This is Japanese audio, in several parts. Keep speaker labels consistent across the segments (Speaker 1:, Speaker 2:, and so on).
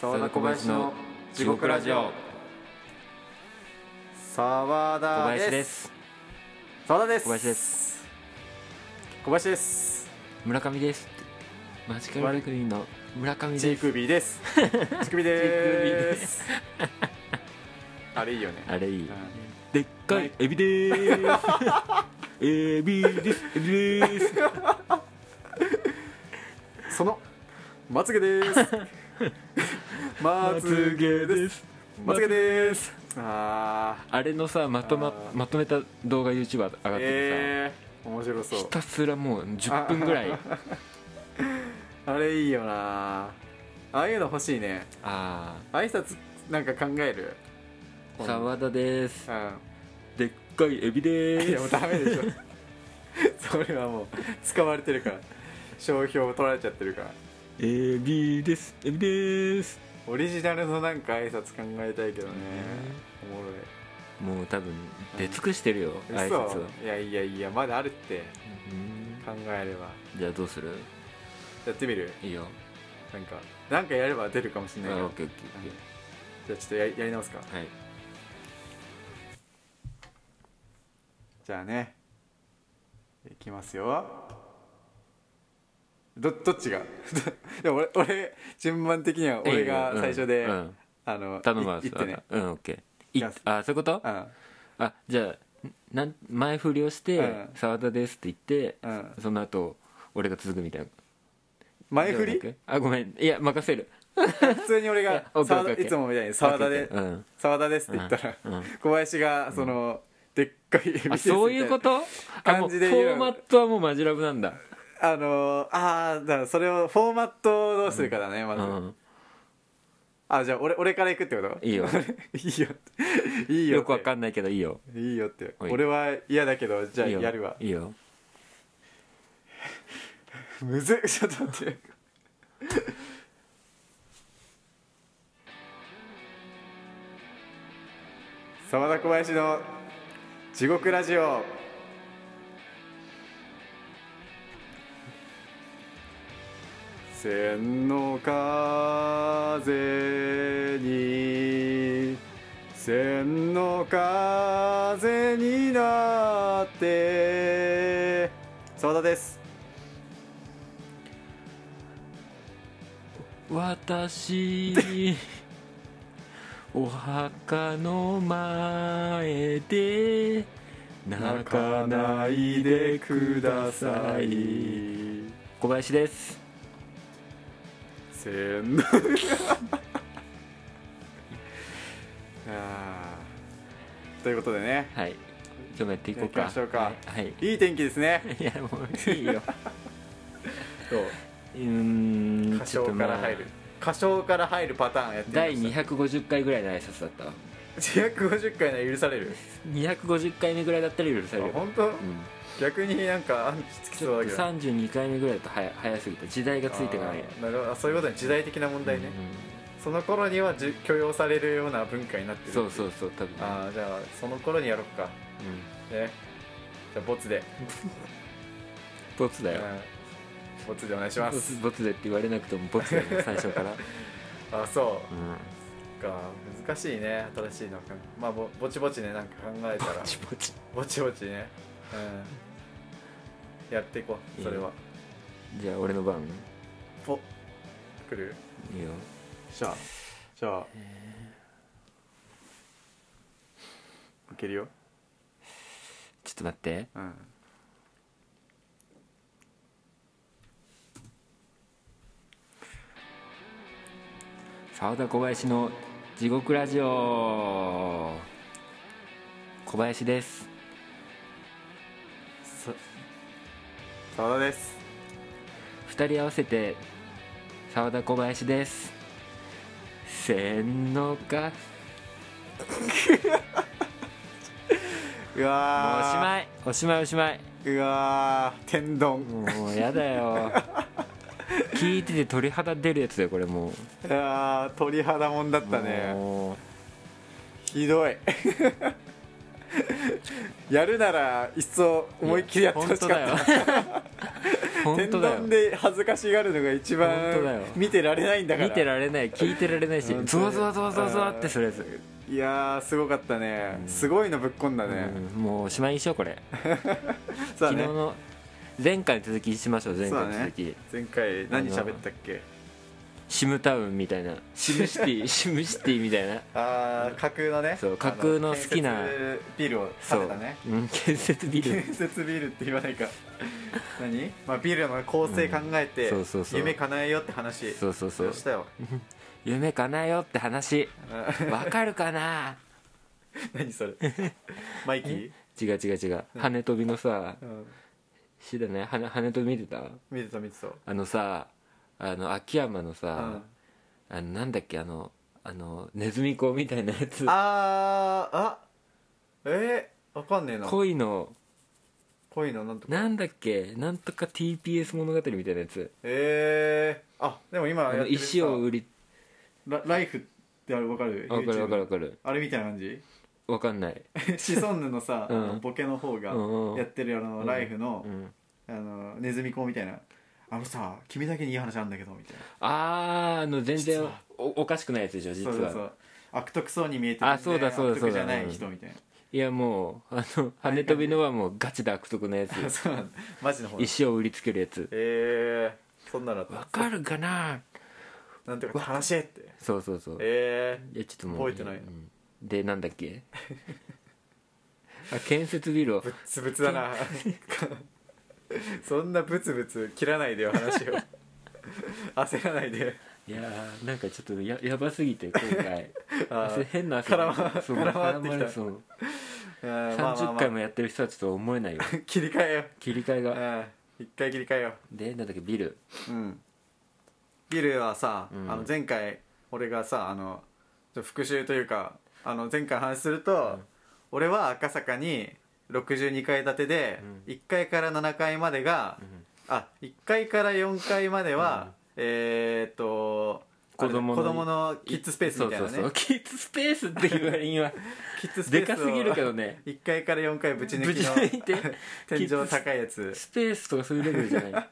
Speaker 1: 沢田小林の地獄ラジオ沢
Speaker 2: 小
Speaker 1: 田
Speaker 2: 林
Speaker 1: です
Speaker 2: です
Speaker 1: 沢田です
Speaker 2: 小林です
Speaker 1: 小林です
Speaker 2: 村上ですマジカルラグビーの村上
Speaker 1: チ
Speaker 2: で
Speaker 1: ー
Speaker 2: す
Speaker 1: クビーですチクビーでーすあれいいよね
Speaker 2: あれいいよ
Speaker 1: う
Speaker 2: でっかいエ ビでーすエビですエビでー
Speaker 1: ん
Speaker 2: す
Speaker 1: そのまつげです まつげですまつげですあー
Speaker 2: あれのさまとま
Speaker 1: あー
Speaker 2: まとめた動画 YouTuber 上がっててさ、
Speaker 1: えー、面白そう
Speaker 2: ひたすらもう10分ぐら いあ
Speaker 1: あれいいよなああいうの欲しいね
Speaker 2: あ
Speaker 1: 挨拶なんか考える
Speaker 2: ー沢田です
Speaker 1: う
Speaker 2: でっかいエビで
Speaker 1: んいやも
Speaker 2: ー
Speaker 1: う
Speaker 2: す
Speaker 1: ダメ でしょそれはもう使われてるから商標を取られちゃってるから
Speaker 2: エビですエビでーす
Speaker 1: オリジナルのなんか挨拶考えたいけどねおもろい
Speaker 2: もう多分出尽くしてるよ挨拶
Speaker 1: 嘘
Speaker 2: を
Speaker 1: いやいやいやまだあるって
Speaker 2: うん
Speaker 1: 考えれば
Speaker 2: じゃあどうする
Speaker 1: やってみる
Speaker 2: いいよ
Speaker 1: なんかなんかやれば出るかもしれ
Speaker 2: あ
Speaker 1: ないから、
Speaker 2: ー
Speaker 1: う
Speaker 2: オ
Speaker 1: ん
Speaker 2: ッケーオッケ
Speaker 1: じゃあちょっとややり直すか
Speaker 2: ーはい
Speaker 1: じゃあねいきますよどどっちが でも俺俺順番的には俺が最初で、
Speaker 2: うんうん
Speaker 1: あの
Speaker 2: 頼むわ
Speaker 1: いいってね
Speaker 2: うんオッケ
Speaker 1: いきま
Speaker 2: ー
Speaker 1: す
Speaker 2: あそういうこと
Speaker 1: うん
Speaker 2: あじゃあなん前振りをして
Speaker 1: うん
Speaker 2: 「澤田です」って言って
Speaker 1: うん
Speaker 2: その後俺が続くみたいな
Speaker 1: 前振
Speaker 2: どうだ
Speaker 1: り
Speaker 2: っけあごめんいや任せる
Speaker 1: 普通に俺
Speaker 2: い
Speaker 1: が
Speaker 2: やオッケー
Speaker 1: 沢田
Speaker 2: オッケー
Speaker 1: いつもみたいに沢田で
Speaker 2: うん
Speaker 1: 沢田ですって言ったら
Speaker 2: うんうん
Speaker 1: 小林がそのでっかいエビですみたいな
Speaker 2: あそういうことあも
Speaker 1: 感
Speaker 2: うフ
Speaker 1: じで言う
Speaker 2: ォーマットはもうマジラブなんだ
Speaker 1: あのーああだからそれをフォーマットをどうするかだねま
Speaker 2: う
Speaker 1: ず
Speaker 2: ん
Speaker 1: あじゃあ俺俺から行くってこと
Speaker 2: いいよ
Speaker 1: いいよいいよ
Speaker 2: よくわか
Speaker 1: ん
Speaker 2: んないけどいいよ
Speaker 1: いいよって
Speaker 2: おい
Speaker 1: 俺は嫌だけどじゃあ
Speaker 2: いいよ
Speaker 1: やるわ
Speaker 2: いいよ
Speaker 1: むずっちょっと待って澤田小林の地獄ラジオ千の風に千の風になって澤田です
Speaker 2: 私お墓の前で泣
Speaker 1: 泣
Speaker 2: か
Speaker 1: か
Speaker 2: な
Speaker 1: ないい
Speaker 2: で
Speaker 1: で
Speaker 2: く
Speaker 1: く
Speaker 2: だ
Speaker 1: だ
Speaker 2: さ
Speaker 1: さい
Speaker 2: い小林です
Speaker 1: せー のあーということでね
Speaker 2: はい今日もやっていこうか
Speaker 1: やっていきましょうか
Speaker 2: は い、はい
Speaker 1: いい天気ですね
Speaker 2: いやもういいよ
Speaker 1: そう
Speaker 2: うーん
Speaker 1: 歌唱から入る、歌唱から入るパターンやってみま
Speaker 2: 第
Speaker 1: した
Speaker 2: 250回ぐらいの挨拶だったわ
Speaker 1: 250回なら許される
Speaker 2: 250回目ぐらいだったら許さ
Speaker 1: あ
Speaker 2: れる
Speaker 1: 本当、
Speaker 2: うん
Speaker 1: 逆になんかアンチつき
Speaker 2: ち
Speaker 1: そ
Speaker 2: ょ
Speaker 1: う
Speaker 2: っ
Speaker 1: だ
Speaker 2: と
Speaker 1: けど
Speaker 2: 32回目ぐらいだと早早すぎた時代がついていかない
Speaker 1: あーなるほどあそういうことね時代的な問題ね、その頃にはじゅ許容されるような文化になって
Speaker 2: うん
Speaker 1: る
Speaker 2: そうそうそう多分ね
Speaker 1: ああじゃあその頃にやろっか
Speaker 2: うん
Speaker 1: ねじゃあボツで
Speaker 2: ボツだよ
Speaker 1: うんボツでお願いしま
Speaker 2: ボ
Speaker 1: す
Speaker 2: ツボツでって言われなくてもボツだよ ね最初から
Speaker 1: あそううんか難しいね新しいのかまあぼぼちぼちねなんか考えたら
Speaker 2: ぼちぼち
Speaker 1: ぼちぼちねうんやっていこうそれはい
Speaker 2: じゃあ俺の番
Speaker 1: ぽ来る
Speaker 2: いいよ
Speaker 1: じゃあじゃあいけるよ
Speaker 2: ちょっと待って
Speaker 1: うん
Speaker 2: 澤田小林の地獄ラジオ小林です
Speaker 1: さ沢田です
Speaker 2: 二人合わせて澤田小林ですせんのかもう
Speaker 1: う
Speaker 2: おし
Speaker 1: わ
Speaker 2: まいおしまいおしまいう
Speaker 1: わー天丼
Speaker 2: もうや だよ聞いてて鳥肌出るやつだよこれもう
Speaker 1: あー鳥肌もんだったね
Speaker 2: も
Speaker 1: ひどい やるならいっそ
Speaker 2: う
Speaker 1: 思いっきりやってほしかった
Speaker 2: 本当だよ本
Speaker 1: 天
Speaker 2: 当だよ
Speaker 1: 丼で恥ずかしがるのが一
Speaker 2: 本当だよ
Speaker 1: 番見てられないんだから
Speaker 2: 見てられない聞いてられないし
Speaker 1: 本当
Speaker 2: ゾ
Speaker 1: だ
Speaker 2: ワ
Speaker 1: よ
Speaker 2: ゾワゾワゾワゾワってするやつ、
Speaker 1: いやーすごかったね、すごいのぶっこんだね、
Speaker 2: うんもうおしまいにしようこれ、
Speaker 1: そうだ
Speaker 2: 昨日
Speaker 1: ね
Speaker 2: の前回の続きしましょう前
Speaker 1: そう
Speaker 2: 回
Speaker 1: だ
Speaker 2: の
Speaker 1: ね
Speaker 2: 続き、
Speaker 1: 前回何喋ったっけ
Speaker 2: シムタウンみたいなシムシティシムシティみたいな
Speaker 1: ああ架空のね
Speaker 2: そう架空の好きな
Speaker 1: あ建設ビルを
Speaker 2: そ
Speaker 1: 建
Speaker 2: う
Speaker 1: てたね
Speaker 2: うん建設 ビル
Speaker 1: 建設ビルって言わないか 何、まあ、ビルの構成考えて、
Speaker 2: うんそうそうそう
Speaker 1: 夢叶えようって話
Speaker 2: そうそうそう
Speaker 1: したよ
Speaker 2: 夢叶えよって話わかるかな
Speaker 1: 何 それマイキー、
Speaker 2: 違う違う違う羽飛びのさ
Speaker 1: うん、
Speaker 2: 知らない羽羽飛び見てた
Speaker 1: 見てた見てた
Speaker 2: あのさあの秋山の
Speaker 1: うん
Speaker 2: さ、あのなんだっけあのあのネズミ講みたいなやつ
Speaker 1: あーあえー、わかんねえな
Speaker 2: 恋の
Speaker 1: 恋のなんとか
Speaker 2: なんだっけなんとか TPS 物語みたいなやつ
Speaker 1: えー、あでも今や
Speaker 2: あ
Speaker 1: ってる
Speaker 2: の
Speaker 1: さ
Speaker 2: 石を売り
Speaker 1: ラライフってあれわかる
Speaker 2: わかる
Speaker 1: YouTube
Speaker 2: わかるわかる
Speaker 1: あれみたいな感 じ
Speaker 2: わかんない
Speaker 1: シソンヌのさ、
Speaker 2: うん
Speaker 1: あのボケの方が
Speaker 2: うんうん
Speaker 1: やってるあのライフの,、
Speaker 2: うん
Speaker 1: あのネズミ子みたいな「あのさ君だけにいい話あんだけど」みたいな
Speaker 2: あーあの全
Speaker 1: 実
Speaker 2: 然
Speaker 1: は
Speaker 2: おおかしくないやつでしょ実
Speaker 1: そ
Speaker 2: は
Speaker 1: うそうそう悪徳そうに見えて
Speaker 2: あそうだそうだそうだ
Speaker 1: 悪徳じゃない人みたい
Speaker 2: いやもうあの羽飛びのはもうガチで悪徳なやつ
Speaker 1: な そうなんだマジの方だ
Speaker 2: 石を売りつけるやつ
Speaker 1: えー、そんなのあった
Speaker 2: わかるかな
Speaker 1: なんとか話しって
Speaker 2: そうそうそう
Speaker 1: え
Speaker 2: いやちょっともう
Speaker 1: 覚えてない
Speaker 2: うんでなんだっけ あ建設ビルを
Speaker 1: ー、ぶっつぶつだな そんなブツブツ切らないでよ 話を焦らないで
Speaker 2: いやーなんかちょっとややばすぎて今回
Speaker 1: あー
Speaker 2: 汗変な汗
Speaker 1: 絡ま
Speaker 2: そう
Speaker 1: 絡まってきた
Speaker 2: 絡まれそう
Speaker 1: あーまあまあ
Speaker 2: 30
Speaker 1: まあ
Speaker 2: 回もやってる人はちょっと思えないよ
Speaker 1: 切り替えよ
Speaker 2: 切り替え
Speaker 1: う
Speaker 2: が
Speaker 1: うん一回切り替えよ
Speaker 2: でなんだっけビル
Speaker 1: ううんビルはさ、
Speaker 2: うん
Speaker 1: あの前回俺がさあのちょっと復習というかあの前回話すると、俺は赤坂に62階建てで、1階から7階までが、あ1階から4階までは、えーっと
Speaker 2: 子供の
Speaker 1: あれ子供のキッズスペースみたいなね
Speaker 2: そうそうそうキッズスペースって言わ れには
Speaker 1: キッズスペー
Speaker 2: で
Speaker 1: スを
Speaker 2: かすぎるけどね
Speaker 1: 1階から4階ぶち抜
Speaker 2: ぶ
Speaker 1: き
Speaker 2: ち
Speaker 1: の
Speaker 2: 抜いて
Speaker 1: 天井高いやつ
Speaker 2: スペースとかそういうレベルじゃ ない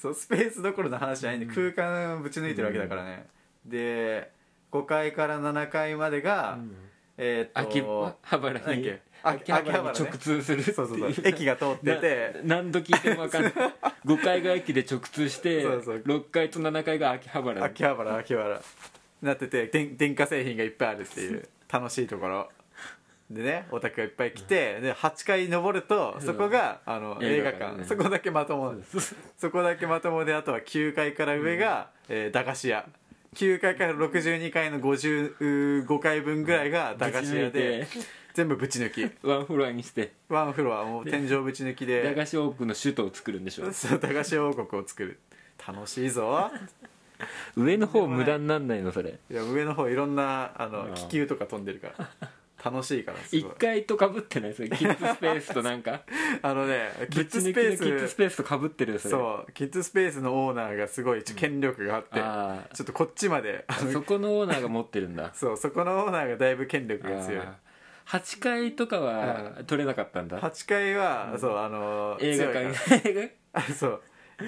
Speaker 1: そうスペースどころの話じゃないんで、空間をぶち抜いてるわけだからね、で5階から7階までが、えーっ
Speaker 2: 秋
Speaker 1: と
Speaker 2: 葉原
Speaker 1: なんだっ
Speaker 2: に
Speaker 1: け秋
Speaker 2: 秋葉原
Speaker 1: 秋葉原
Speaker 2: に
Speaker 1: ね
Speaker 2: 直通するっていう
Speaker 1: そうそうそう駅が通ってて
Speaker 2: な何度聞いても分か んない5階が駅で直通して
Speaker 1: そうそう
Speaker 2: 6階と7階が秋葉原
Speaker 1: 秋葉原秋葉原なってて電電化製品がいっぱいあるっていう楽しいところでねオタクがいっぱい来てで8階登るとそこがあの映
Speaker 2: 映画
Speaker 1: 画
Speaker 2: 館
Speaker 1: 館
Speaker 2: ね
Speaker 1: そこだけまとも そこだけまともであとは9階から上が、えー駄菓子屋9階から62階の55階分ぐらいが駄菓子屋で
Speaker 2: ぶち抜いて
Speaker 1: 全部ぶち抜き
Speaker 2: ワンフロアにして
Speaker 1: ワンフロアもう天井ぶち抜きで
Speaker 2: 駄菓子王国の首都を作るんでしょ
Speaker 1: そう駄菓子王国を作る楽しいぞ
Speaker 2: 上の方無駄になんないのそれ
Speaker 1: いや上の方いろんなあの
Speaker 2: ああ
Speaker 1: 気球とか飛んでるから 楽しいからす
Speaker 2: 一
Speaker 1: ごい
Speaker 2: 階とかぶっ てないそれキッズスペースとなんか
Speaker 1: あのねキ
Speaker 2: ぶ
Speaker 1: ッ
Speaker 2: ち
Speaker 1: ズス
Speaker 2: 抜き
Speaker 1: ペ
Speaker 2: のキッ
Speaker 1: ー
Speaker 2: ズ
Speaker 1: ス
Speaker 2: スペースとかぶってるよそれ
Speaker 1: そうキッズスペースのオーナーがすごい権力があって、
Speaker 2: あ
Speaker 1: ちょっとこっちまであ
Speaker 2: あ
Speaker 1: の
Speaker 2: そこのオーナーが持ってるんだ
Speaker 1: そうそこのオーナーがだいぶ権力が強い
Speaker 2: ああ8階とかは取れなかったんだ
Speaker 1: 8階は、そうあの
Speaker 2: 映画
Speaker 1: 強いから
Speaker 2: 館映
Speaker 1: あそう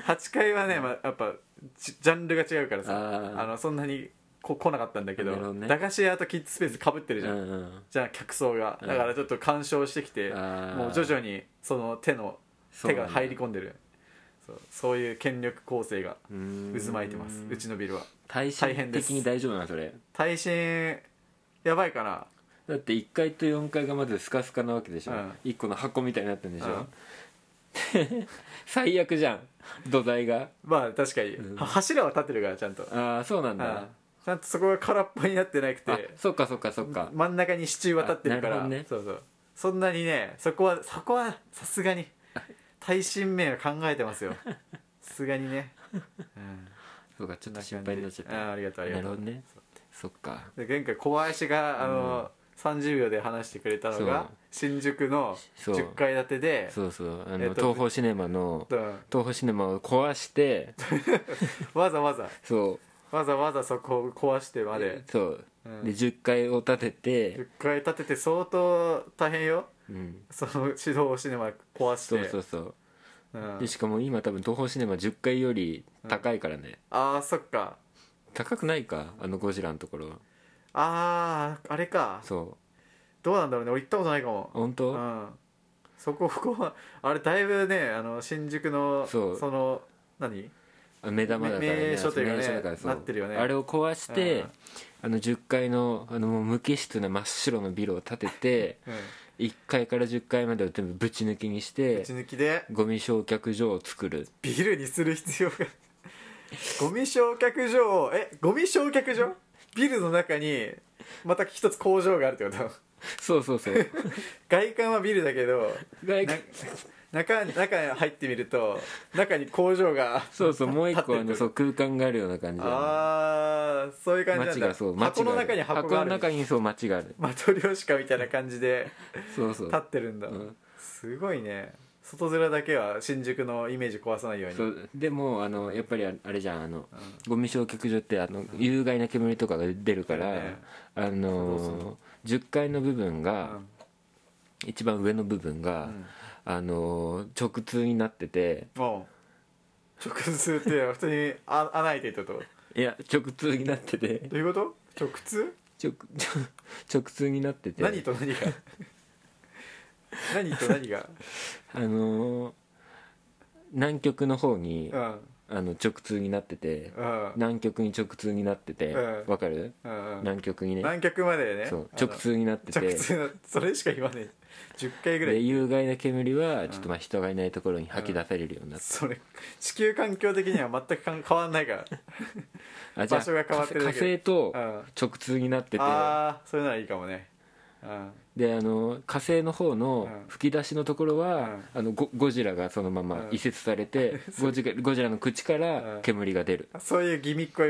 Speaker 1: 8階はね、まあ、やっぱジジャンルが違うからさ
Speaker 2: あ
Speaker 1: あ
Speaker 2: あ
Speaker 1: のそんなにこ来なかったんだけど
Speaker 2: なるほどね
Speaker 1: 駄菓子屋とキッズスペースかぶってるじ
Speaker 2: 画
Speaker 1: ゃ、
Speaker 2: うんんうん
Speaker 1: じゃあ客層が
Speaker 2: うん
Speaker 1: だからちょっと干渉してきて、
Speaker 2: あー
Speaker 1: もう徐々にその手の
Speaker 2: そう
Speaker 1: 手
Speaker 2: なんだ
Speaker 1: が入り込んでるそうそういう権力構成が
Speaker 2: うーん
Speaker 1: 渦巻いてますうちのビルは
Speaker 2: 耐
Speaker 1: 大
Speaker 2: 震
Speaker 1: 変で
Speaker 2: 的
Speaker 1: す
Speaker 2: に大丈夫なのそれ
Speaker 1: 耐震やばいかな
Speaker 2: だって1階と4階がまずスカスカなわけでしょ、
Speaker 1: うん
Speaker 2: 1個の箱みたいになってるんでし
Speaker 1: う
Speaker 2: ょ、
Speaker 1: ん
Speaker 2: 最悪じゃん土台が
Speaker 1: まあ確かに、
Speaker 2: うん
Speaker 1: は柱は立ってるからちゃんと、うん
Speaker 2: ああそうなんだ、
Speaker 1: ちゃんとそこが空っぽになってなく
Speaker 2: あ
Speaker 1: て
Speaker 2: そっかそっかそっか
Speaker 1: 真ん中に支柱は立ってるか
Speaker 2: あ
Speaker 1: ら
Speaker 2: なるほ
Speaker 1: そうそうそんなにねそこはそこはさすがに耐震面は考えてますよさすがに ね、うん、
Speaker 2: そうかちょっと心配になっちゃっ
Speaker 1: あー
Speaker 2: た
Speaker 1: ありがとうあり
Speaker 2: な
Speaker 1: がと
Speaker 2: る
Speaker 1: う
Speaker 2: ほどねそっか
Speaker 1: で前回小林があの、30秒で話してくれたのが新宿の
Speaker 2: そう
Speaker 1: 10階建てで
Speaker 2: そうそうあの、
Speaker 1: えっと
Speaker 2: 東宝シネマの
Speaker 1: うん
Speaker 2: 東宝シネマを壊して
Speaker 1: わざわざ
Speaker 2: そ
Speaker 1: わざわざそこを壊してま
Speaker 2: う
Speaker 1: で
Speaker 2: そう、
Speaker 1: うん
Speaker 2: で10階を建てて
Speaker 1: 10、階建てて相当大変よ
Speaker 2: うん、
Speaker 1: その指導シネマ壊して
Speaker 2: そうそうそう
Speaker 1: うん
Speaker 2: でしかも今多分東宝シネマ10階より高いからね、
Speaker 1: あーそっか
Speaker 2: 高くないかあのゴジラのところ
Speaker 1: あーあれか
Speaker 2: そ
Speaker 1: どうなんだろうね俺行ったことないかも
Speaker 2: う本当、
Speaker 1: うんそここはあれだいぶねあの新宿の
Speaker 2: そう
Speaker 1: の何
Speaker 2: あ目玉だからね
Speaker 1: め名所というかね
Speaker 2: 名所だからそう
Speaker 1: なってるよね
Speaker 2: あれを壊して、
Speaker 1: うん
Speaker 2: あの10階のあのもう無機質な真っ白のビルを建 てて
Speaker 1: うん
Speaker 2: 1階から10階までを全部ぶち抜きにして
Speaker 1: 打ち抜きで
Speaker 2: ゴミ焼却所を作る
Speaker 1: ビルにする必要がゴミ焼却場をえゴミ焼却場ビルの中にまた一つ工場があるってこと
Speaker 2: そうそう そう
Speaker 1: 外観はビルだけど
Speaker 2: 外
Speaker 1: な中中に入ってみると中に工場が
Speaker 2: そうそうもう一個
Speaker 1: 立っ
Speaker 2: あ
Speaker 1: て
Speaker 2: の
Speaker 1: る
Speaker 2: そう空間があるような感じだよね
Speaker 1: ああそういう感じなん
Speaker 2: 街
Speaker 1: だ
Speaker 2: がそう街
Speaker 1: 箱
Speaker 2: が
Speaker 1: の
Speaker 2: ある
Speaker 1: 中に箱があ
Speaker 2: 箱
Speaker 1: る
Speaker 2: の中にそう街がある
Speaker 1: マトリョーシカみたいな感じで
Speaker 2: そうそう
Speaker 1: 立ってるんだ、
Speaker 2: うん
Speaker 1: すごいね外面だけは新宿のイメージ壊さないように
Speaker 2: そうでもあのやっぱりああれじゃんあの、ゴミ焼却所ってあの有害な煙とかが出るから、
Speaker 1: そうだね
Speaker 2: あ
Speaker 1: そうそ
Speaker 2: の10階の部分
Speaker 1: う
Speaker 2: が、
Speaker 1: ん
Speaker 2: 一番上の部分が、
Speaker 1: うん
Speaker 2: あの直通になってて
Speaker 1: もう直通って普通にあ穴開いてるってこと
Speaker 2: いや直通になってて
Speaker 1: どういうこと直通
Speaker 2: 直 直通になってて
Speaker 1: 何と何が何と何 が
Speaker 2: あの南極の方に、
Speaker 1: うん
Speaker 2: あの直通になってて、
Speaker 1: うん
Speaker 2: 南極に直通になっててわ
Speaker 1: う、ん
Speaker 2: かる、
Speaker 1: うんうん
Speaker 2: 南極にね
Speaker 1: 南極までね
Speaker 2: そう
Speaker 1: あの
Speaker 2: 直通になってて
Speaker 1: 直通のそれしか言わない10回ぐら
Speaker 2: で
Speaker 1: い
Speaker 2: 有害な煙はちょっとまあ人がいないところに吐き出されるようになって、
Speaker 1: それ地球環境的には全くかん変わんないから
Speaker 2: あじゃあ
Speaker 1: 場所が変わってるだ
Speaker 2: 火
Speaker 1: け
Speaker 2: 星と
Speaker 1: うん
Speaker 2: 直通になってて、
Speaker 1: ああそういうならいいかもねうん
Speaker 2: であの火星の方の
Speaker 1: うん
Speaker 2: 吹き出しのところは、あのゴゴジラがそのまま
Speaker 1: うん
Speaker 2: 移設されて、ゴジラゴジラの口か
Speaker 1: う
Speaker 2: ら
Speaker 1: ん
Speaker 2: 煙が出る、
Speaker 1: そういうギミックを